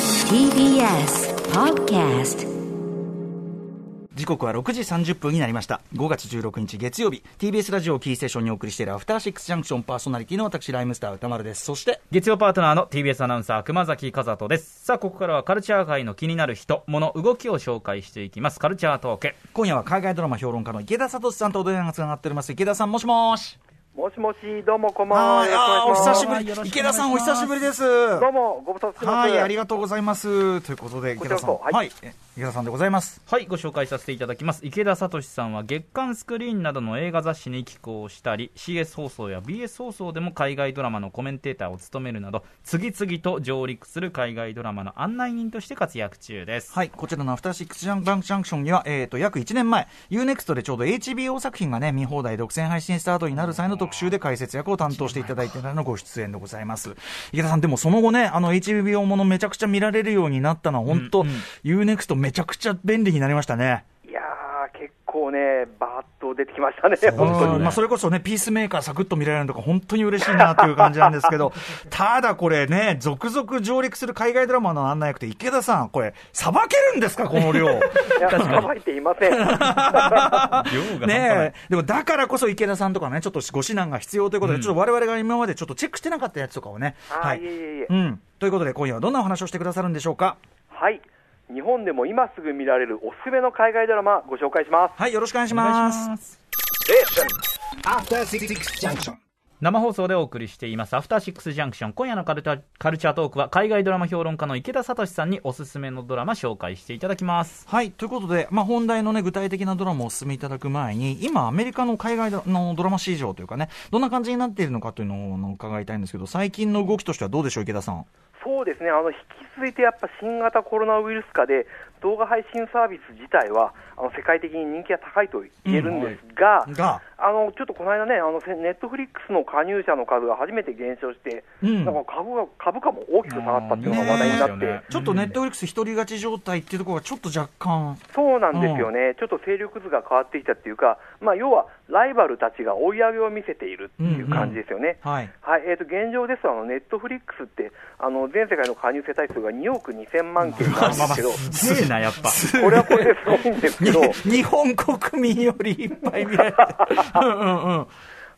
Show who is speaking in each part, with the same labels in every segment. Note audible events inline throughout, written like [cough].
Speaker 1: TBS Podcast
Speaker 2: 時刻は6時30分になりました5月16日月曜日 TBS ラジオをキーステーションにお送りしているアフターシックスジャンクションパーソナリティの私ライムスター歌丸ですそして
Speaker 3: 月曜パートナーの TBS アナウンサー熊崎和人ですさあここからはカルチャー界の気になる人物動きを紹介していきますカルチャートーク
Speaker 2: 今夜は海外ドラマ評論家の池田聡さんとお電話がつながっております池田さんもしもし
Speaker 4: もしもし、どうもこんばんは。
Speaker 2: はい
Speaker 4: よ
Speaker 2: あー
Speaker 4: ろ
Speaker 2: お
Speaker 4: しくお願い
Speaker 2: 久
Speaker 4: し
Speaker 2: しぶ
Speaker 4: ます
Speaker 2: り池田さんお久しぶりです
Speaker 4: どうも、ご無沙汰してま
Speaker 2: は
Speaker 4: す。
Speaker 2: いありがとうございますということで池田さん
Speaker 4: こちらこそはい
Speaker 2: え池田さんでございます
Speaker 3: はいご紹介させていただきます池田聡さんは月刊スクリーンなどの映画雑誌に寄稿したり CS 放送や BS 放送でも海外ドラマのコメンテーターを務めるなど次々と上陸する海外ドラマの案内人として活躍中です、
Speaker 2: はい、こちらのアフターシックスジャンジャンクションには、えー、と約1年前、UNEXT でちょうど HBO 作品が、ね、見放題独占配信スタートになる際の特集で解説役を担当していただいてからのご出演でございます。池田さん、でもその後ね、あの HBO ものめちゃくちゃ見られるようになったのは、本当、UNEXT めちゃくちゃ便利になりましたね。
Speaker 4: いやー、結構ね、バーッと出てきましたね、本当
Speaker 2: う
Speaker 4: に。
Speaker 2: んまあ、それこそね、ピースメーカーサクッと見られるのが本当に嬉しいなという感じなんですけど、 [laughs] ただこれね、続々上陸する海外ドラマの案内役で、池田さん、これ、さばけるんですか、この量。
Speaker 4: [laughs] いや、さばいていません。
Speaker 3: 量が半端ない
Speaker 2: ねえ、でもだからこそ池田さんとかね、ちょっとご指南が必要ということで、ちょっと我々が今までちょっとチェックしてなかったやつとかをね。
Speaker 4: あーいえいえいえ
Speaker 2: うん。ということで、今夜はどんなお話をしてくださるんでしょうか。
Speaker 4: はい。日本でも今すぐ見られるおすすめの海外ドラマ、ご紹介します。
Speaker 2: はい、よろしくお願いし
Speaker 3: お願
Speaker 2: ま
Speaker 3: い
Speaker 2: す。
Speaker 3: します
Speaker 5: アフターシックスジャンクション
Speaker 3: 生放送でお送りしています「アフターシックスジャンクション」今夜のカルタカルチャートークは海外ドラマ評論家の池田聡さんにおすすめのドラマ紹介していただきます
Speaker 2: はい、ということで、まあ、本題のね、具体的なドラマをお進めいただく前に、今、アメリカの海外ドのドラマ市場というかね、どんな感じになっているのかというのをあの伺いたいんですけど、最近の動きとしてはどうでしょう、池田さん。
Speaker 4: そうですね、あの、引き続いてやっぱ新型コロナウイルス下で、動画配信サービス自体は、あの、世界的に人気が高いと言えるんですが、
Speaker 2: が、
Speaker 4: あのちょっとこの間ね、あのせネットフリックスの加入者の数が初めて減少して、
Speaker 2: うん
Speaker 4: なんか株が株価も大きく下がったっていうのが話題になって、
Speaker 3: ね
Speaker 2: ちょっとネットフリックス独り勝ち状態っていうところがちょっと若干、
Speaker 4: そうなんですよね、ちょっと勢力図が変わってきたっていうか、まあ、要はライバルたちが追い上げを見せているっていう感じですよね。
Speaker 2: はい。
Speaker 4: はいえー、と現状ですと、あのネットフリックスって、あの全世界の加入世帯数が2億2000万件なんですけど、
Speaker 3: すげえなやっぱ
Speaker 4: これはこれですごいんですけど、
Speaker 2: [laughs] 日本国民よりいっぱい見られてうんうんうん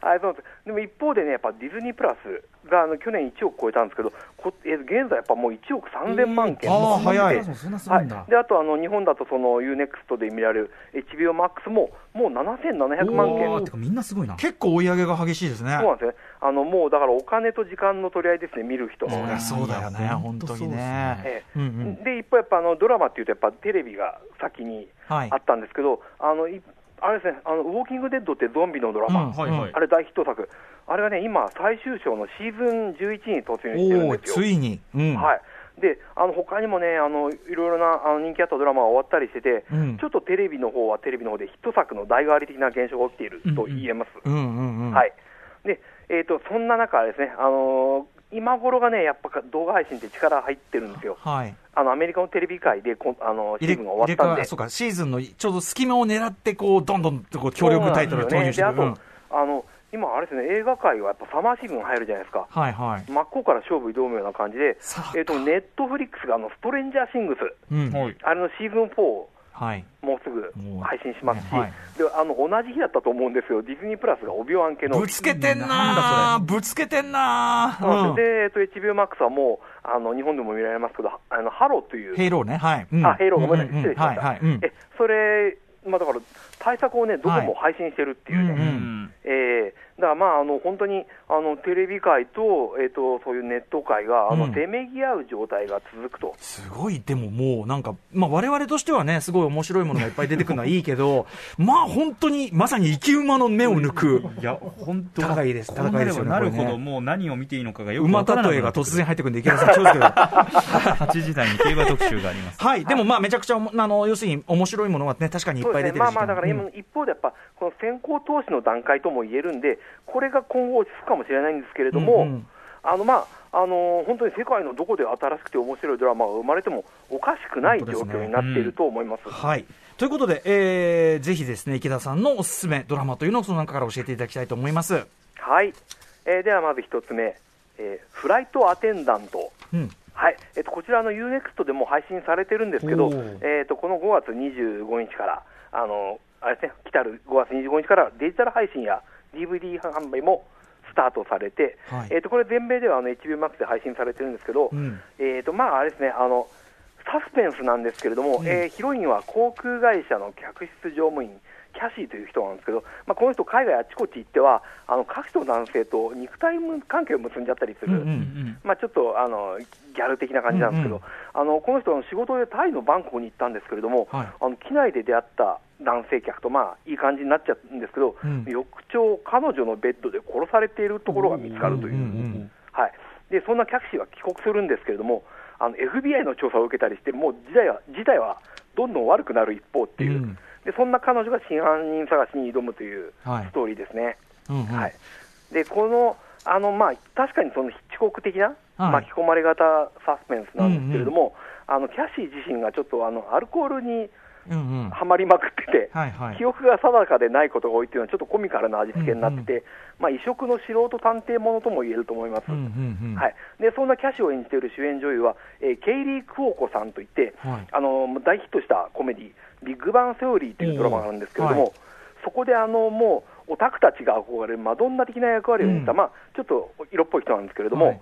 Speaker 4: はい、そうなんです。でも一方でね、やっぱディズニープラスがあの去年1億超えたんですけど、こえー現在やっぱもう1億3000万件、
Speaker 2: ああ早い
Speaker 3: そんなす
Speaker 4: はい、であとあの日本だとその UNEXT で見られる HBO Max ももう7700万件
Speaker 3: てかみんなすごいな
Speaker 2: 結構追い上げが激しいですね
Speaker 4: そうなんですねあのもうだからお金と時間の取り合いですね見る人の、
Speaker 2: そりゃそうだよ
Speaker 3: い
Speaker 2: ね
Speaker 3: や
Speaker 2: 本当に
Speaker 3: 本当そうです
Speaker 2: ね
Speaker 3: ね
Speaker 4: え
Speaker 2: う
Speaker 4: え
Speaker 2: んうん
Speaker 4: で一方やっぱあのドラマっていうとやっぱテレビが先に
Speaker 2: はい
Speaker 4: あったんですけど、あのいあれですねあのウォーキングデッドってゾンビのドラマ、
Speaker 2: うん
Speaker 3: はいはい
Speaker 4: あれ大ヒット作あれがね今最終章のシーズン11に突入してる
Speaker 2: お
Speaker 4: ん
Speaker 2: お
Speaker 4: ですよ
Speaker 2: ついにうん
Speaker 4: はい、であの他にもねあの、いろいろなあの人気あったドラマが終わったりしてて、
Speaker 2: うん
Speaker 4: ちょっとテレビの方はテレビの方でヒット作の代替わり的な現象が起きていると言えます。
Speaker 2: うんうんうん
Speaker 4: はいでえー、とそんな中、ですね、あのー今頃がね、やっぱか動画配信って力入ってるんですよ、
Speaker 2: はい
Speaker 4: あのアメリカのテレビ界でこん、あのシ
Speaker 2: 入れ
Speaker 4: ーズンが終わった
Speaker 2: 入
Speaker 4: ん
Speaker 2: れ替
Speaker 4: で
Speaker 2: わ、そうかシーズンのちょうど隙間を狙ってこうどんどんとこう強力タイトルを投入して
Speaker 4: そう
Speaker 2: る
Speaker 4: なんですよ
Speaker 2: うん
Speaker 4: ねであとあの今、あれですね、映画界はやっぱサマーシーズン入るじゃないですか、
Speaker 2: はいはい
Speaker 4: 真っ向から勝負挑むような感じで
Speaker 2: さあ、
Speaker 4: えー、とネットフリックスがあのストレンジャーシングス、
Speaker 2: うん
Speaker 3: はい
Speaker 4: あれのシーズン4を
Speaker 2: はい
Speaker 4: もうすぐ配信しますし、
Speaker 2: もうはい
Speaker 4: であの同じ日だったと思うんですよ、ディズニープラスが帯病案系の。
Speaker 2: ぶつけてんなーぶつけてんな
Speaker 4: そうな
Speaker 2: ー
Speaker 4: ん
Speaker 2: うん
Speaker 4: ですよで、えっと、HBO Max はもうあの日本でも見られますけど、あのハローという、
Speaker 2: ヘイローねはいうん
Speaker 4: あヘイロー、ごめんな
Speaker 2: う
Speaker 4: さ
Speaker 2: う
Speaker 4: い、失礼しました、
Speaker 2: はいはいうん
Speaker 4: えそれ、まあ、だから対策をね、どこも配信してるっていうね、
Speaker 2: はいうんう
Speaker 3: うんん
Speaker 4: えーだからまああの本当にあのテレビ界と,、えっとそういうネット界があ
Speaker 2: うん
Speaker 4: の、せめぎ合う状態が続くと、
Speaker 2: すごい、でももうなんか、まあ我々としてはね、すごい面白いものがいっぱい出てくるのはいいけ
Speaker 4: [laughs]
Speaker 2: ど、まあ本当に、まさに生き馬の目を抜く。
Speaker 3: いや本当
Speaker 2: 戦いです
Speaker 3: こうな
Speaker 2: 戦いで
Speaker 3: れ
Speaker 2: す
Speaker 3: ば
Speaker 2: よね
Speaker 3: なる
Speaker 2: こ
Speaker 3: ほ
Speaker 2: れね
Speaker 3: どもう何を見ていいのかがよく
Speaker 2: 馬
Speaker 3: わからな
Speaker 2: 例え
Speaker 3: く
Speaker 2: が
Speaker 3: なってくる
Speaker 2: 突然入ってくるんで、池田さん、気をつけて
Speaker 4: [laughs]
Speaker 3: 8時台に競馬特集があります
Speaker 2: はい、でもまあめちゃくちゃおも、あの、要するに面白いものがね、確かにいっ
Speaker 4: そう
Speaker 2: ぱい
Speaker 4: で
Speaker 2: 出て
Speaker 4: すね、
Speaker 2: る時
Speaker 4: まあまあ、だから今、一方でやっぱ、この先行投資の段階とも言えるんで、これが今後落ち着くかもしれないんですけれども、
Speaker 2: うんうん
Speaker 4: あのまあ、あのー本当に世界のどこで新しくて面白いドラマが生まれてもおかしくない
Speaker 2: 本当
Speaker 4: 状
Speaker 2: ですね
Speaker 4: 況になっていると思います。
Speaker 2: はい。ということで、えー、ぜひですね、池田さんのおすすめドラマというのをその中から教えていただきたいと思います。
Speaker 4: はい、えーではまず一つ目、えーフライトアテンダント。
Speaker 2: うん。
Speaker 4: はいこちらの UNEXT でも配信されてるんですけど
Speaker 3: おー、
Speaker 4: えー、とこの5月25日から、あのあれですね、来たる5月25日からデジタル配信や DVD 販売もスタートされて、
Speaker 2: はい
Speaker 4: えー、とこれ、全米ではあの HBO Max で配信されてるんですけど、
Speaker 2: うん
Speaker 4: えーとまあ、あれですねあの、サスペンスなんですけれども、えーヒロインは航空会社の客室乗務員、キャシーという人なんですけど、まあ、この人、海外あちこち行っては、あの各地の男性と肉体関係を結んじゃったりする。
Speaker 2: うんうん
Speaker 4: まあ、ちょっとあのギャル的な感じなんですけど、
Speaker 2: うん
Speaker 4: あのこの人、仕事でタイのバンコクに行ったんですけれども、
Speaker 2: はい
Speaker 4: あの機内で出会った男性客と、まあ、いい感じになっちゃうんですけど、
Speaker 2: うん
Speaker 4: 翌朝、彼女のベッドで殺されているところが見つかるという、
Speaker 2: うんうん
Speaker 4: はい、でそんな客士は帰国するんですけれども、あの FBI の調査を受けたりして、もう事態は事態はどんどん悪くなる一方っていう、
Speaker 2: うん
Speaker 4: でそんな彼女が真犯人探しに挑むという
Speaker 2: はい
Speaker 4: ストーリーですね。
Speaker 2: うんうん
Speaker 4: はい、でこのあの、まあ、確かにそのヒッチコック的な
Speaker 2: はい
Speaker 4: 巻き込まれ型サスペンスなんですけれども、あのキャシー自身がちょっとあのアルコールに
Speaker 2: うんうん
Speaker 4: はまりまくってて、
Speaker 2: はいはい
Speaker 4: 記憶が定かでないことが多いっていうのは、ちょっとコミカルな味付けになってて、まあ、異色の素人探偵ものとも言えると思います。
Speaker 2: うんうんうん
Speaker 4: はい、でそんなキャシーを演じている主演女優は、えーケイリー・クオコさんといって、
Speaker 2: はい
Speaker 4: あの大ヒットしたコメディビッグバン・セオリーというドラマがあるんですけれども、
Speaker 2: おーは
Speaker 4: そこであのもうオタクたちが憧れるマドンナ的な役割を演じた、
Speaker 2: うん
Speaker 4: まあ、ちょっと色っぽい人なんですけれども。
Speaker 2: はい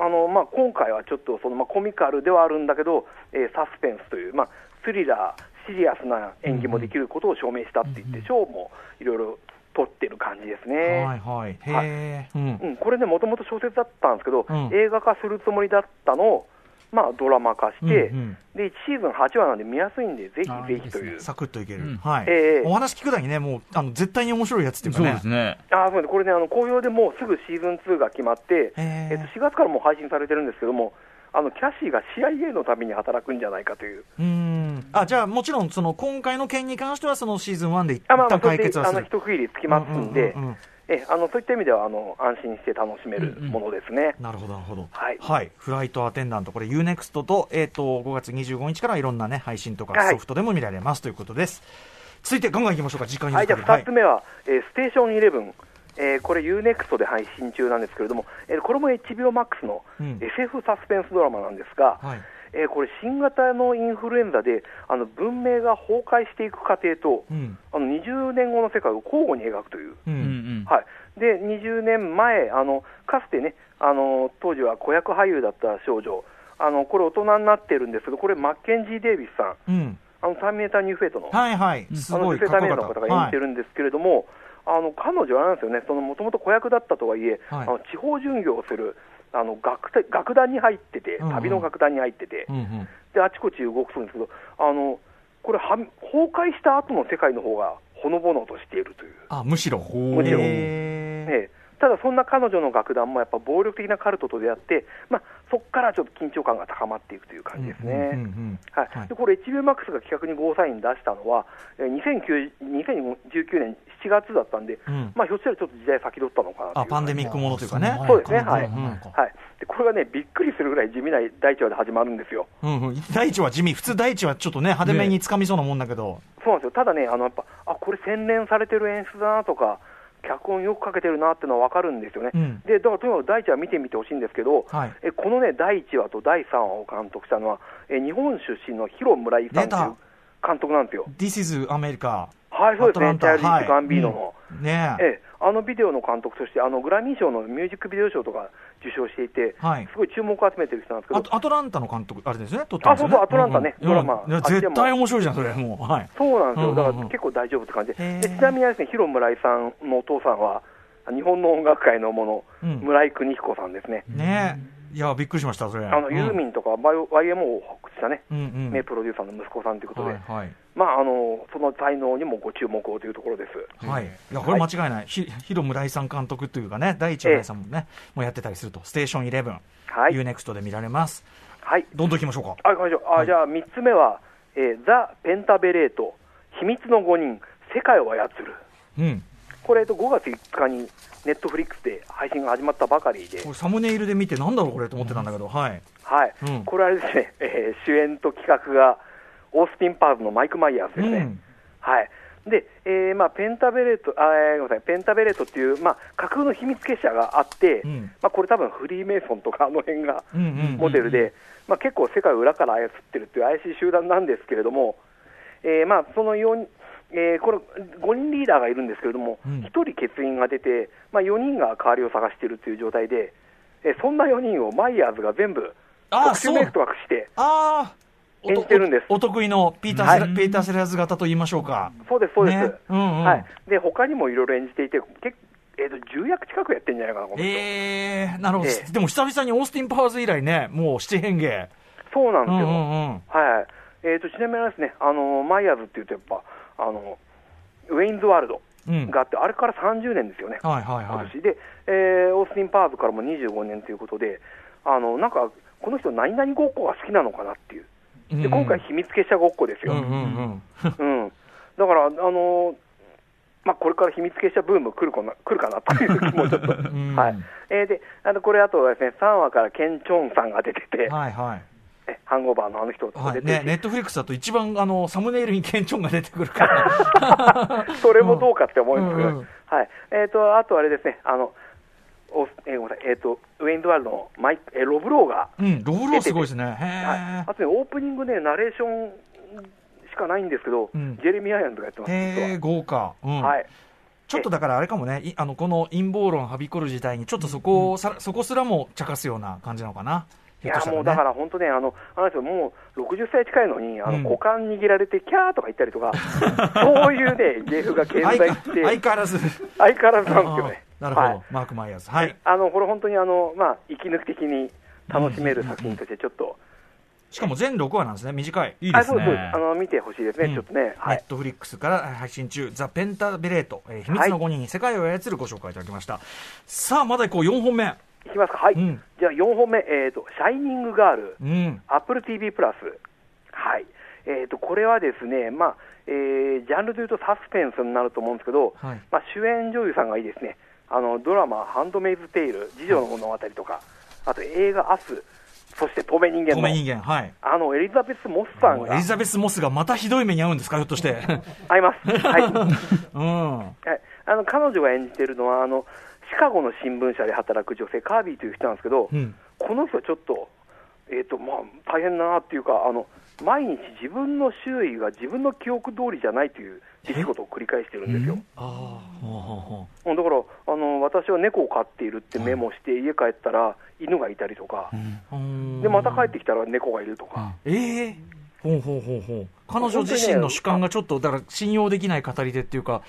Speaker 4: あのまあ、今回はちょっとその、まあ、コミカルではあるんだけど、えーサスペンスという、まあ、スリラー、シリアスな演技もできることを証明したって言って、賞もいろいろ取ってる感じですね。
Speaker 2: はいはいへえうん
Speaker 4: うん、これね、もともと小説だったんですけど、
Speaker 2: うん
Speaker 4: 映画化するつもりだったのを、まあ、ドラマ化して、
Speaker 2: うんうん
Speaker 4: で1シーズン8話なんで見やすいんで、ぜ
Speaker 3: あー
Speaker 4: ひぜ
Speaker 3: いいで
Speaker 4: ひ
Speaker 3: す
Speaker 4: と
Speaker 3: ね
Speaker 4: いう、
Speaker 2: サクッといける、
Speaker 3: うん
Speaker 2: はい、
Speaker 4: ええ
Speaker 2: お話聞くだけねもうあの絶対に面白いやつっていうか
Speaker 3: そう
Speaker 2: ね
Speaker 3: ですね。
Speaker 4: あーそうですこれね、あの好評でもうすぐシーズン2が決まって、
Speaker 2: へー
Speaker 4: えっと、4月からもう配信されてるんですけども、あのキャシーが CIA のために働くんじゃないかという、
Speaker 2: うーんあじゃあもちろんその今回の件に関してはそのシーズン1で一
Speaker 4: あまあ、
Speaker 2: 旦
Speaker 4: それ
Speaker 2: 解
Speaker 4: で
Speaker 2: 決は
Speaker 4: あ
Speaker 2: す
Speaker 4: の
Speaker 2: る
Speaker 4: 一区切りつきますんで
Speaker 2: うんうんうんうん、
Speaker 4: えあのそういった意味ではあの安心して楽しめるものですね。
Speaker 2: なるほどなるほど
Speaker 4: はい
Speaker 2: フライトアテンダントこれ UNEXT と,、えー、と5月25日からいろんなね配信とか
Speaker 4: はい
Speaker 2: ソフトでも見られますということです、続いてガンガンいきましょうか時間
Speaker 4: はい、
Speaker 2: 許
Speaker 4: じゃ
Speaker 2: 可で
Speaker 4: あ2つ目は、えーステーションイレブン、えーこれ、UNEXT で配信中なんですけれども、えーこれも HBO Max の
Speaker 2: うん
Speaker 4: SF サスペンスドラマなんですが、
Speaker 2: はい
Speaker 4: えーこれ、新型のインフルエンザであの文明が崩壊していく過程と、
Speaker 2: うん
Speaker 4: あの20年後の世界を交互に描くという。
Speaker 2: うん
Speaker 3: うんうん。
Speaker 4: はい、で20年前あの、かつてねあの、当時は子役俳優だった少女、あのこれ、大人になってるんですけど、これ、マッケンジー・デイビスさん、
Speaker 2: うん
Speaker 4: あのターミネーター・ニューフェイトの、
Speaker 2: はいはいす
Speaker 4: あの
Speaker 2: ごい
Speaker 4: 女性
Speaker 2: か
Speaker 4: タ
Speaker 2: っこ
Speaker 4: レン
Speaker 2: よ
Speaker 4: ト
Speaker 2: かった
Speaker 4: の方が演
Speaker 2: は
Speaker 4: じ
Speaker 2: い
Speaker 4: てるんですけれども、あの彼女はあれなんですよね、もともと子役だったとはいえ、
Speaker 2: はい
Speaker 4: あの地方巡業をするあの楽隊楽団に入ってて、
Speaker 2: うんうん
Speaker 4: 旅の楽団に入ってて、
Speaker 2: うんうん
Speaker 4: であちこち動くそうですけど、あのこれは、崩壊した後の世界の方がほのぼのとしているという。
Speaker 2: あむしろ
Speaker 4: むしろ
Speaker 2: へー
Speaker 4: ええただそんな彼女の楽団もやっぱ暴力的なカルトと出会って、まあ、そこからちょっと緊張感が高まっていくという感じですね。
Speaker 2: うんうんうん
Speaker 4: はい
Speaker 2: はい
Speaker 4: でこれ、HBO Max が企画にゴーサイン出したのは、えー2009 2019年7月だったんで、
Speaker 2: うん
Speaker 4: まあ、ひょっとしたらちょっと時代先取ったのかなと
Speaker 2: あ
Speaker 4: いう
Speaker 2: パンデミックものというかね
Speaker 4: そうですね、はい
Speaker 2: うんうん
Speaker 4: はい、でこれがね、びっくりするぐらい地味な第一話で始まるんですよ、
Speaker 2: うんうん、第一は地味、普通第一はちょっとね、派手めにつかみそうなもんだけど、
Speaker 4: そうなんですよただね、あのやっぱあこれ、洗練されてる演出だなとか、脚本よくかけてるなってのは分かるんですよね、
Speaker 2: うん
Speaker 4: でだからとにかく第一話見てみてほしいんですけど、
Speaker 2: はい
Speaker 4: えこのね、第一話と第三話を監督したのは、え日本出身の広村井さんという監督なんですよ。
Speaker 2: This is America、
Speaker 4: はい、そうで
Speaker 2: アト
Speaker 4: すね、チ
Speaker 2: ラ
Speaker 4: ャ
Speaker 2: ン
Speaker 4: ー
Speaker 2: タ
Speaker 4: リーズ・ガンビーノの、
Speaker 2: うんねえ、
Speaker 4: ええ、あのビデオの監督として、あのグラミー賞のミュージックビデオ賞とか受賞していて、
Speaker 2: はい
Speaker 4: すごい注目を集めてる人なんですけ
Speaker 2: ア
Speaker 4: ど、
Speaker 2: トアトランタの監督、あれですよね、撮ったんですよね
Speaker 4: あそうそうアトランタね
Speaker 2: うんうん
Speaker 4: ドラマ
Speaker 2: いや絶対面白いじゃん、それ、もう、はい、
Speaker 4: そうなんで
Speaker 2: う
Speaker 4: すよ、
Speaker 2: んうん
Speaker 4: だ
Speaker 2: う
Speaker 4: か
Speaker 2: ん
Speaker 4: ら結構大丈夫って感じ
Speaker 2: へえ
Speaker 4: で、でちなみにあれですね、広村井さんのお父さんは、日本の音楽界のもの、
Speaker 2: うん
Speaker 4: 村井邦彦さんですね、
Speaker 2: ねえ、いや、びっくりしました、それ、
Speaker 4: あのユーミンとか YO YMO を発掘したね、
Speaker 2: うんうん
Speaker 4: 名プロデューサーの息子さんということ
Speaker 2: は
Speaker 4: で、
Speaker 2: い、はい、
Speaker 4: まあ、あのその才能にもご注目をというところです。
Speaker 2: はい、いやこれ間違いない、ひ広村井さん監督というかね、第一話村井さんもね、もうやってたりすると、ステーションイレブン、
Speaker 4: はい
Speaker 2: UNEXT で見られます、
Speaker 4: はい
Speaker 2: どんどんいきましょうか。
Speaker 4: あ、会長、あ、じゃあ三つ目は、えーザ・ペンタベレート、秘密の五人、世界を操る。
Speaker 2: うん
Speaker 4: これ、えっと5月5日にネットフリックスで配信が始まったばかりで
Speaker 2: こ、れサムネイルで見て、なんだろう、これと思ってたんだけど、はい、
Speaker 4: はい、
Speaker 2: うん
Speaker 4: これあれですね、えー主演と企画がオースティン・パーズのマイク・マイヤーズですね。
Speaker 2: うん
Speaker 4: はい。で、えーまあ、ペンタベレート、あーごめんなさい、ペンタベレートっていう、まあ、架空の秘密結社があって、
Speaker 2: うん
Speaker 4: まあ、これ多分フリーメイソンとかあの辺が
Speaker 2: うんうんうんうん
Speaker 4: モデルで、まあ、結構世界を裏から操ってるっていう怪しい集団なんですけれども、えーまあ、その4人、えーこれ5人リーダーがいるんですけれども、
Speaker 2: うん
Speaker 4: 1人欠員が出て、まあ、4人が代わりを探しているという状態で、えーそんな4人をマイヤーズが全部、
Speaker 2: あー
Speaker 4: 特殊メイクとかして、
Speaker 2: ああ、おと
Speaker 4: 演じてるんです
Speaker 2: おお得意のピーターセラ、ピーターセラーズ型と言いましょうか。
Speaker 4: そうです、そうです。
Speaker 2: ねうんうん
Speaker 4: はい、で他にもいろいろ演じていて、結えー、と10役近くやってんじゃないかな、この人
Speaker 2: ええなるほど、
Speaker 4: ええ
Speaker 2: でも久々にオースティン・パワーズ以来ね、もう七変化。
Speaker 4: そうなん
Speaker 2: う
Speaker 4: で
Speaker 2: んう
Speaker 4: すよ、
Speaker 2: んうん。
Speaker 4: はいえー、とちなみにあれですね、あのーマイヤーズっていうと、やっぱあのウェインズ・ワールド
Speaker 2: うん
Speaker 4: があって、あれから30年ですよね、
Speaker 2: はいはい
Speaker 4: 今
Speaker 2: は
Speaker 4: 年
Speaker 2: い。
Speaker 4: で、えーオースティン・パーズからも25年ということで、あのなんか、この人、何々ごっこが好きなのかなっていう、
Speaker 2: うん
Speaker 4: で今回、秘密結社ごっこです
Speaker 2: う
Speaker 4: よ。
Speaker 2: んうんうん。
Speaker 4: うん、だから、あのーまあ、これから秘密結社ブーム来るかな、来るかなという気もちょっと、
Speaker 2: ん
Speaker 4: はいえーであのこれ、あとはですね3話からケン・チョンさんが出てて、
Speaker 2: はいはい。
Speaker 4: えハンゴーバーのあの人とか
Speaker 2: は
Speaker 4: 出
Speaker 2: い、
Speaker 4: て
Speaker 2: ね、
Speaker 4: て、
Speaker 2: ネットフリックスだと一番あのサムネイルにケンチョンが出てくるから、
Speaker 4: それもどうかって思うんですけど、
Speaker 2: うんうんうん
Speaker 4: はいえー、とあとあれですね、あのおえーごめんなさいえー、とウェインドワールドのマイ、えーロブローが、
Speaker 2: うん、ロブローすごいですね、へ
Speaker 4: はい
Speaker 2: え、
Speaker 4: あとね、オープニングね、ナレーションしかないんですけど、
Speaker 2: うん
Speaker 4: ジェレミー・アイアンズがやってます、実
Speaker 2: へえ、豪華、うん
Speaker 4: は。はい
Speaker 2: ちょっとだからあれかもね、いあのこの陰謀論はびこる時代に、ちょっとそこを、さらそこすらも茶化すような感じなのかな、ひ
Speaker 4: い
Speaker 2: ょっ
Speaker 4: や
Speaker 2: としたら
Speaker 4: もう
Speaker 2: ね
Speaker 4: だから本当ね、あのあの人、もう60歳近いのに、あ
Speaker 2: うん
Speaker 4: の股間握られて、キャーとか言ったり
Speaker 2: [laughs]
Speaker 4: とか、そういうね、芸風が健在
Speaker 2: 相変
Speaker 4: して、
Speaker 2: 相変わらず、
Speaker 4: 相変わらずなんですよね。
Speaker 2: [laughs] あーなるほど、
Speaker 4: はい
Speaker 2: マーク・マイヤーズ、はい、
Speaker 4: あのこれ、本当にあの、まあ、息抜き的に楽しめる作品として、ちょっと、
Speaker 2: しかも全6話なんですね、短い、
Speaker 3: いい
Speaker 4: あ
Speaker 3: です
Speaker 4: そうですそうで
Speaker 3: ね
Speaker 4: すあ。の見てほしいですね、
Speaker 2: うん
Speaker 4: ちょっとね、は
Speaker 2: ネ
Speaker 4: い
Speaker 2: ッ、トフリックスから配信中、ザ・ペンタベレート、えー秘密の5人、世界を操るご紹介いただきました。さあ、まだ行こう、4本目。
Speaker 4: いきますか、はい、
Speaker 2: うん
Speaker 4: じゃあ4本目、えーと、シャイニングガール、
Speaker 2: うん。
Speaker 4: アップル TV プラス、はいえーと、これはですね、まあえージャンルでいうとサスペンスになると思うんですけど、
Speaker 2: はい
Speaker 4: まあ、主演女優さんがいいですね、あのドラマ、ハンドメイズ・テイル、次女の物語とか、あと映画、アス、そして透明人間
Speaker 2: 透
Speaker 4: の
Speaker 2: 明人間、はい。
Speaker 4: あのエリザベス・モスさん
Speaker 2: もう
Speaker 4: が
Speaker 2: エリザベス・モスがまたひどい目に遭うんですか、ひょっとして。
Speaker 4: [laughs] 会
Speaker 2: [laughs]
Speaker 4: います。はい
Speaker 2: うん。は
Speaker 4: はい、あの彼女が演じてるのはあの、シカゴの新聞社で働く女性、カービーという人なんですけど、
Speaker 2: うん
Speaker 4: この人、ちょっと,、えーとまあ、大変だなっていうかあの、毎日自分の周囲が自分の記憶通りじゃないという出来事を繰り返してるんですよ。うんだからあの私は猫を飼っているってメモして、家帰ったら犬がいたりとか、でまた帰ってきたら猫がいるとか、
Speaker 2: ええほうほうほうほう。彼女自身の主観がちょっと、だから信用できない語り手っていうか、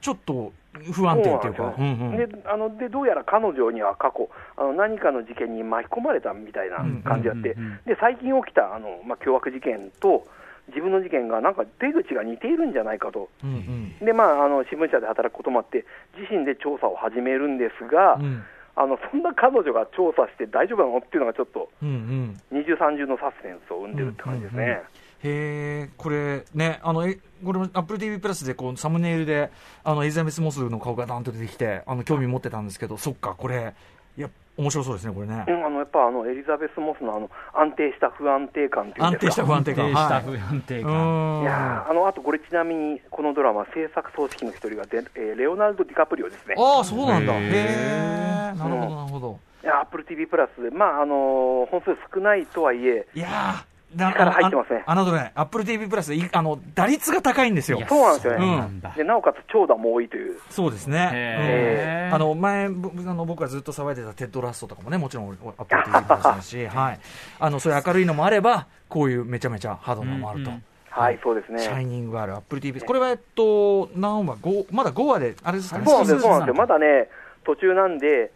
Speaker 2: ちょっと不安定っていうか。
Speaker 4: そうなんですよであのでどうやら彼女には過去あの、何かの事件に巻き込まれたみたいな感じあって、
Speaker 3: うんうんうんうん
Speaker 4: で最近起きたあの、まあ、凶悪事件と自分の事件が、なんか出口が似ているんじゃないかと、
Speaker 2: うんうん
Speaker 4: でまあ、あの新聞社で働くこともあって、自身で調査を始めるんですが、
Speaker 2: うん
Speaker 4: あのそんな彼女が調査して大丈夫なのっていうのが、ちょっと
Speaker 2: うんうん
Speaker 4: 二重三重のサスペンスを生んでるって感じですね。
Speaker 2: うんうんうんへえ、これね、あの、えこれも Apple TV プラスでこうサムネイルで、あの、エリザベス・モスの顔がダンと出てきて、あの、興味持ってたんですけど、そっか、これ、いや、面白そうですね、これね
Speaker 4: う。んあのやっぱあのエリザベス・モスのあの安定した不安定感っていうん
Speaker 2: 安
Speaker 4: ですか
Speaker 2: 定した不安定
Speaker 3: 安定
Speaker 2: 感。
Speaker 3: した
Speaker 2: はい
Speaker 3: 不安定
Speaker 2: う
Speaker 3: 感。
Speaker 2: ん
Speaker 4: いやーあのあとこれ、ちなみにこのドラマ、制作総指揮の一人がで、えーレオナルド・ディカプリオですね、
Speaker 2: ああ、そうなんだ。
Speaker 3: へ
Speaker 2: へ
Speaker 3: ー
Speaker 2: え、なるほど、なるほど。
Speaker 4: いや Apple TV プラス、まああのー本数少ないとはいえ、
Speaker 2: いやー、だ
Speaker 4: 力入ってますね
Speaker 2: ああなたね、Apple TV プラスでい、あの、打率が高いんですよ
Speaker 3: いや。
Speaker 4: そうなんですよね
Speaker 3: そうなんだ
Speaker 4: でなおかつ長打も多いという、
Speaker 2: そうです
Speaker 3: へ
Speaker 2: ね。
Speaker 3: ー
Speaker 2: うんあの、前、ぼあの僕がずっと騒いでたテッドラストとかもね、もちろん Apple TV プラスだ
Speaker 4: [laughs]
Speaker 2: し、はい。あの、そういう明るいのもあれば、こういうめちゃめちゃハードなのもあると。
Speaker 3: うんうん
Speaker 4: はい、そうです
Speaker 2: シャイ
Speaker 4: ね、
Speaker 2: ニングある Apple TV これは、えっと、何話 ?5、まだ5話で、あれですかね。
Speaker 4: そうなんですよ、
Speaker 2: シ
Speaker 4: そうなん
Speaker 2: ーズ
Speaker 4: ですよ
Speaker 2: ン
Speaker 4: まだね、途中なんで、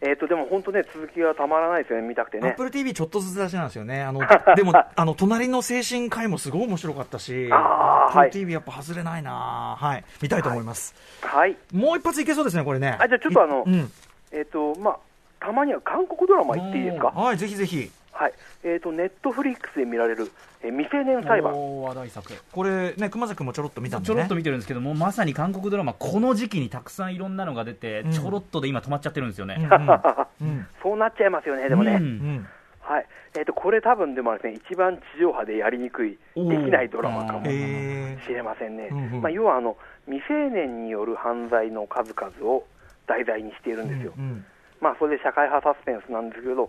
Speaker 4: えー、とでも本当ね、続きがたまらないですよね、見たくてね。
Speaker 2: Apple TV ちょっとずつ出しなんですよね。あの、でも、あの、隣の精神科医もすごい面白かったし、
Speaker 4: あーは
Speaker 2: Apple
Speaker 4: い
Speaker 2: TV やっぱ外れないなはい。見たいと思います。
Speaker 4: はい
Speaker 2: もう一発いけそうですね、これね。
Speaker 4: あじゃあちょっとあの
Speaker 2: いうん。
Speaker 4: えーとまあ、たまには韓国ドラマ行っていいですか、
Speaker 2: はい、ぜひぜひ。
Speaker 4: はいえー、とネットフリックスで見られる、えー未成年裁判。
Speaker 3: おー話題作。
Speaker 2: これね、熊崎もちょろっと見たんで
Speaker 3: ちょ
Speaker 2: ね。
Speaker 3: ろっと見てるんですけども、まさに韓国ドラマ、この時期にたくさんいろんなのが出て
Speaker 2: う、ん
Speaker 3: ちょろっとで今、止まっちゃってるんですよね。
Speaker 2: うんうん
Speaker 4: [laughs] そうなっちゃいますよね、でもね。
Speaker 3: うん
Speaker 2: うん
Speaker 4: はいえー、とこれ、多分でもあれですね、一番地上波でやりにくい、で
Speaker 3: お
Speaker 4: き
Speaker 3: ー
Speaker 4: ないドラマかも
Speaker 3: え
Speaker 4: し
Speaker 2: え
Speaker 4: れませんね、
Speaker 2: うんうん
Speaker 4: まあ、要はあの未成年による犯罪の数々を題材にしているんですよ、
Speaker 2: うん
Speaker 4: まあ、それで社会派サスペンスなんですけど、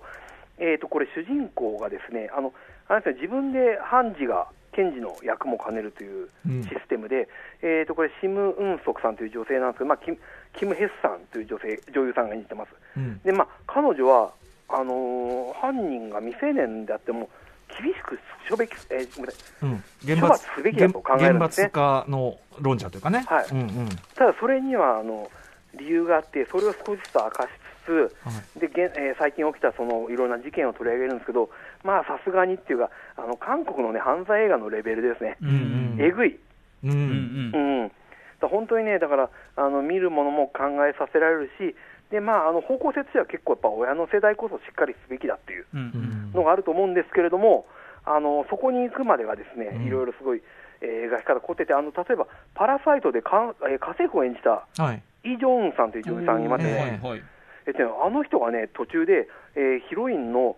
Speaker 4: えー、とこれ、主人公がですねあのあれですね自分で判事が検事の役も兼ねるという
Speaker 2: うん
Speaker 4: システムで、えー、とこれ、シム・ウンソクさんという女性なんですけど、まあ、キムキム・ヘスさんという女性女優さんが演じてます。
Speaker 2: うん
Speaker 4: でまあ、彼女はあのー犯人が未成年であっても、厳しく処べき、えーごめんなさい
Speaker 2: うん、
Speaker 4: 処罰すべきだと考えるんです
Speaker 2: 厳
Speaker 4: ね
Speaker 2: 罰化の論者というかね、
Speaker 4: はい
Speaker 2: うんうん
Speaker 4: ただそれにはあの理由があって、それを少しずつ明かしつつ、
Speaker 2: は
Speaker 4: で現えー最近起きたそのいろんな事件を取り上げるんですけど、まあさすがにっていうか、あの韓国の、ね、犯罪映画のレベルですね、
Speaker 3: うんうん
Speaker 4: えぐい、
Speaker 2: うん
Speaker 3: うんうん
Speaker 4: うん、だから本当にね、だからあの見るものも考えさせられるし、でまあ、あの方向性としては結構、やっぱ親の世代こそしっかりすべきだっていう。
Speaker 3: うんうん
Speaker 4: のがあると思うんですけれども、あのそこに行くまでがですね、
Speaker 2: うん
Speaker 4: いろいろすごい、えー描き方凝ってて、あの例えばパラサイトでか、えー家政婦を演じた
Speaker 2: はい、
Speaker 4: イ・ジョンウンさんという女優さんがいます
Speaker 2: え
Speaker 4: ね、
Speaker 2: え
Speaker 3: はいはい
Speaker 4: えっとねあの人がね、途中で、えーヒロインの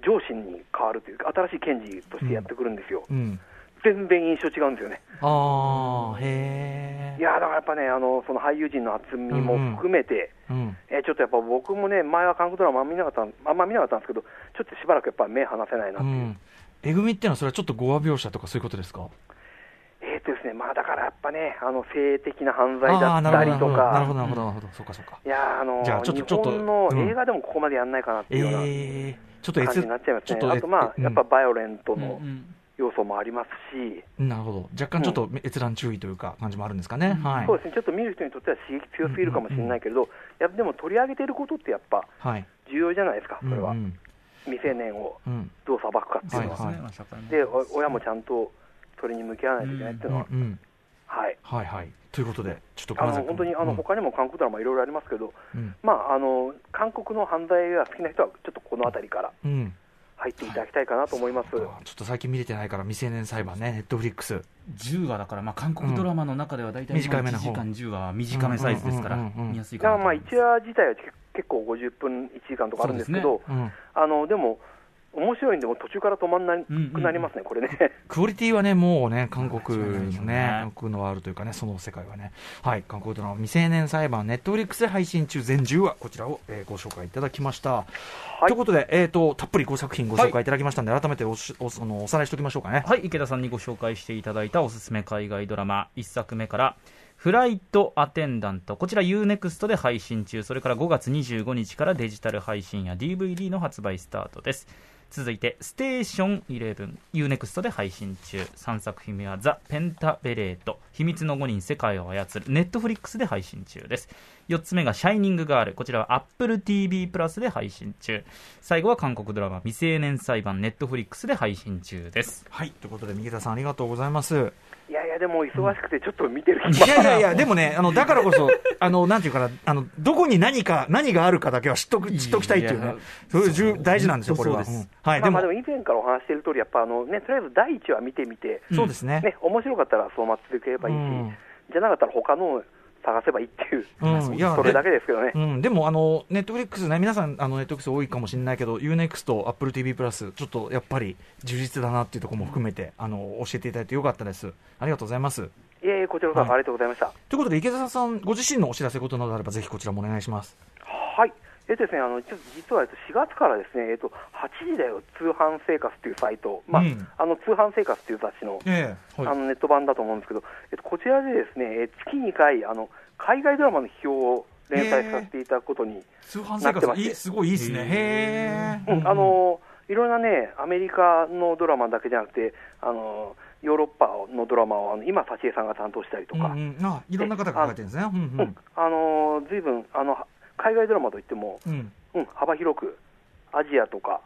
Speaker 4: 上司に変わるというか、新しい検事としてやってくるんですよ、
Speaker 2: うん、
Speaker 4: 全然印象違うんですよね。
Speaker 2: ああへ
Speaker 4: い
Speaker 2: え、
Speaker 4: やーだからやっぱね、あのその俳優陣の厚みも含めて、
Speaker 2: うん、
Speaker 4: えーちょっとやっぱ僕もね、前は韓国ドラマあんま見なかったんあんま見なかったんですけど、ちょっとしばらくやっぱ目離せないなっ
Speaker 2: う
Speaker 4: ていう。
Speaker 2: ん、えぐみっていうのはそれはちょっと語話描写とかそういうことですか
Speaker 4: えーとですねまあ、だからやっぱね、あの性的な犯罪
Speaker 2: あ
Speaker 4: だ
Speaker 2: あ
Speaker 4: ったりと
Speaker 2: ーなるほどなるほ
Speaker 4: か、
Speaker 2: どなるほどなるほどそうかそうか
Speaker 4: いやーあの
Speaker 2: じゃあちょっと
Speaker 4: 日本の
Speaker 2: ちょっとうん
Speaker 4: 映画でもここまでやんないかなって
Speaker 2: え
Speaker 4: いうような
Speaker 2: えちょっと S
Speaker 4: 感じになっちゃいますね、あと、
Speaker 2: え
Speaker 4: まあ、
Speaker 2: うん
Speaker 4: やっぱバイオレントの
Speaker 3: うんうん
Speaker 4: 要素もありますし、
Speaker 2: なるほど若干ちょっと閲覧注意というか感じもあるんですかね、
Speaker 3: うん
Speaker 2: はい
Speaker 4: そうですね、ちょっと見る人にとっては刺激強すぎるかもしれないけれど、やっぱでも取り上げてることってやっぱ
Speaker 2: はい
Speaker 4: 重要じゃないですか、それは、
Speaker 2: うん
Speaker 4: 未成年を
Speaker 2: うんうん
Speaker 4: どう裁くかって
Speaker 3: そ
Speaker 4: いう
Speaker 3: う
Speaker 4: の
Speaker 3: です
Speaker 4: は、
Speaker 2: はい
Speaker 3: ね
Speaker 2: は
Speaker 3: まあ社会問題
Speaker 4: でお親もちゃんとそれに向き合わないといけないっていうのは、
Speaker 2: うんうん
Speaker 4: はい、
Speaker 2: はいはいということでちょっとご
Speaker 4: あ
Speaker 2: めんなさ
Speaker 4: の
Speaker 2: い
Speaker 4: 本当にあの
Speaker 2: うん
Speaker 4: 他にも韓国ドラマ、いろいろありますけど、
Speaker 2: うん
Speaker 4: まあ、あの韓国の犯罪が好きな人は、ちょっとこの辺りから
Speaker 2: うん
Speaker 4: 入っていただきたいかなと思います。
Speaker 2: あーちょっと最近見れてないから未成年裁判ねネットフリックス
Speaker 3: 10話だから、まあ、韓国ドラマの中では大体
Speaker 2: うん短め
Speaker 3: 1
Speaker 2: の
Speaker 3: 時
Speaker 2: 方
Speaker 3: 間10話は短めサイズですから、
Speaker 2: うんうんうんうん
Speaker 3: 見やすい
Speaker 4: だか
Speaker 3: からな
Speaker 4: まあ1話自体は結結構50分、1時間とかあるんです
Speaker 3: そ
Speaker 4: け
Speaker 3: う
Speaker 4: ど、
Speaker 2: うん
Speaker 4: あのでも、面白いんで、もう途中から止まんなくなりますね、 [laughs] これね。
Speaker 2: クオリティはね、もうね、韓国の
Speaker 3: ね
Speaker 2: ね、国のあるというかね、その世界はね、はい、韓国ドラマ、未成年裁判、ネットフリックスで配信中、全10話、こちらを、えーご紹介いただきました。
Speaker 4: い
Speaker 2: ということで、えっ、と、たっぷり5作品ご紹介いただきましたんで、改めておしおそのおさらいしておきましょうかね。
Speaker 3: はい、池田さんにご紹介していただいたおすすめ海外ドラマ、1作目から、フライトアテンダント、こちら UNEXT で配信中、それから5月25日からデジタル配信や DVD の発売スタートです。続いて、ステーション11、UNEXT で配信中、3作品目はザ・ペンタベレート、秘密の5人、世界を操る、Netflix で配信中です。4つ目がシャイニングガール、こちらは Apple TV プラスで配信中。最後は韓国ドラマ、未成年裁判、Netflix で配信中です。
Speaker 2: はい、ということで、三桁さんありがとうございます。
Speaker 4: いやいや、でも忙しくて、ちょっと見てる
Speaker 2: い
Speaker 4: 暇、
Speaker 2: やいやいや、でもね、あの、だからこそ、あの、なんていうかな、あの、どこに何か、何があるかだけは知っとく、知っときたいっていう
Speaker 3: いや
Speaker 2: ね
Speaker 3: いや、
Speaker 2: そういう重大事なんですよ、これは。
Speaker 3: 本当そうです
Speaker 2: んはい、
Speaker 4: ま
Speaker 2: で
Speaker 4: あ、ま
Speaker 2: も
Speaker 4: あで、も以前からお話ししている通り、やっぱあの、ね、とりあえず第1話見てみて、
Speaker 2: そうですね。
Speaker 4: ね、面白かったらそう待っていければいいし、
Speaker 2: うん
Speaker 4: じゃなかったら他のを探せばいいっていう、
Speaker 2: うんいや
Speaker 4: それだけですけどね。
Speaker 2: うん、でもあの、ネットフリックスね、皆さん、あのネットフリックス多いかもしれないけど、UNEXT、Apple TV プラス、ちょっとやっぱり充実だなっていうところも含めて、あの教えていただいてよかったです。ありがとうございます。
Speaker 4: いえいえ、こちらこそありがとうございました。
Speaker 2: ということで、池澤さん、ご自身のお知らせことなどあれば、ぜひこちらもお願いします。
Speaker 4: はい。えっとですね、あのちょっと実はえっと4月からですね、えっと、8時だよ通販生活というサイト、まあ
Speaker 2: うん
Speaker 4: あの通販生活という雑誌の,、
Speaker 2: ええ
Speaker 4: あのネット版だと思うんですけど、えっと、こちらでですね、え月2回あの、海外ドラマの批評を連載させていただくことに、
Speaker 2: 通販
Speaker 4: 生活なってますいい
Speaker 2: すごいいいですね。へ
Speaker 4: うんあのいろんなね、アメリカのドラマだけじゃなくて、あのヨーロッパのドラマをあの今、幸恵さんが担当したりと
Speaker 2: うん
Speaker 4: か、
Speaker 2: うん、あいろんな方が書いてるんですね。うんう
Speaker 4: う
Speaker 2: ん
Speaker 4: んあの随分あの海外ドラマといっても、
Speaker 2: うん
Speaker 4: うん、幅広く、アジアとか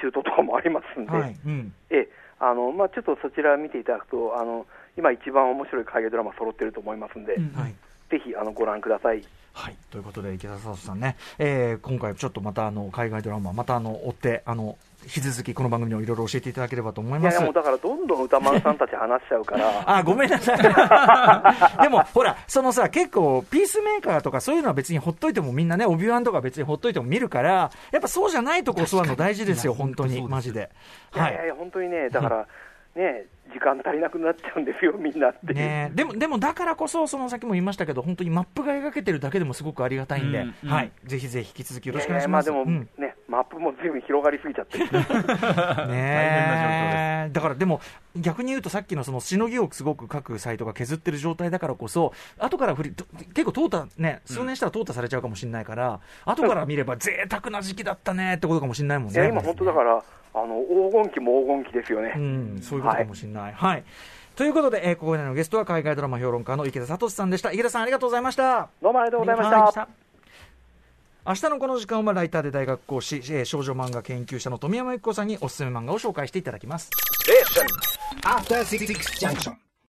Speaker 4: 中東とかもありますんで、
Speaker 2: はいうん
Speaker 4: ええあのまあ、ちょっとそちら見ていただくと、あの今、一番面白い海外ドラマ揃ってると思いますんで、
Speaker 2: はい
Speaker 4: ぜひあのご覧ください。
Speaker 2: はい、ということで池田聡さんね、えー今回ちょっとまたあの海外ドラマまたあの追ってあの引き続きこの番組のいろいろ教えていただければと思い
Speaker 4: い
Speaker 2: ま
Speaker 4: やい
Speaker 2: す。
Speaker 4: やもうだからどんどん歌丸さんたち話しちゃうか
Speaker 2: [laughs]
Speaker 4: ら、
Speaker 2: あ、ごめんなさ
Speaker 4: [laughs]
Speaker 2: い。でも、ほら、そのさ、結構、ピースメーカーとかそういうのは別にほっといてもみんなね、オビュアンとか別にほっといても見るから、やっぱそうじゃないとこ教わるの大事ですよ、本当に、マジで。
Speaker 4: い
Speaker 2: は
Speaker 4: やい
Speaker 2: い
Speaker 4: や。いや本当にね、だから、ね、時間足りなくなっちゃうんですよ、みんなっていう。
Speaker 2: ねえ、でもでもだからこそ、その先も言いましたけど、本当にマップが描けてるだけでもすごくありがたいんで、
Speaker 3: うんうん
Speaker 2: はい、ぜひぜひ引き続きよろしくお
Speaker 4: いや
Speaker 2: 願い
Speaker 4: い
Speaker 2: し
Speaker 4: やま
Speaker 2: ます。
Speaker 4: あでも
Speaker 2: うん
Speaker 4: [laughs] ね、マップも随分広がりすぎち
Speaker 2: [laughs]
Speaker 4: ゃってる。
Speaker 2: ねえだからでも逆に言うとさっきのそのしのぎをすごく各サイトが削ってる状態だからこそ後から振りと結構淘汰ね数年したら淘汰されちゃうかもしれないから、後から見れば贅沢な時期だったねってことかもしれないもん
Speaker 4: い
Speaker 2: ね
Speaker 4: や今本当だから、あの黄金期も黄金期ですよね。
Speaker 2: うん、そういうことかもしれない、はいということで、えーここでのゲストは海外ドラマ評論家の池田聡さんでした池田さんありがとうございました
Speaker 4: どうもありがとうございまし
Speaker 2: ありがとうございま
Speaker 4: た
Speaker 2: し。た明日のこの時間はライターで大学講師、えー少女漫画研究者の富山由紀子さんにおすすめ漫画を紹介していただきます
Speaker 5: Station. After Six Junction.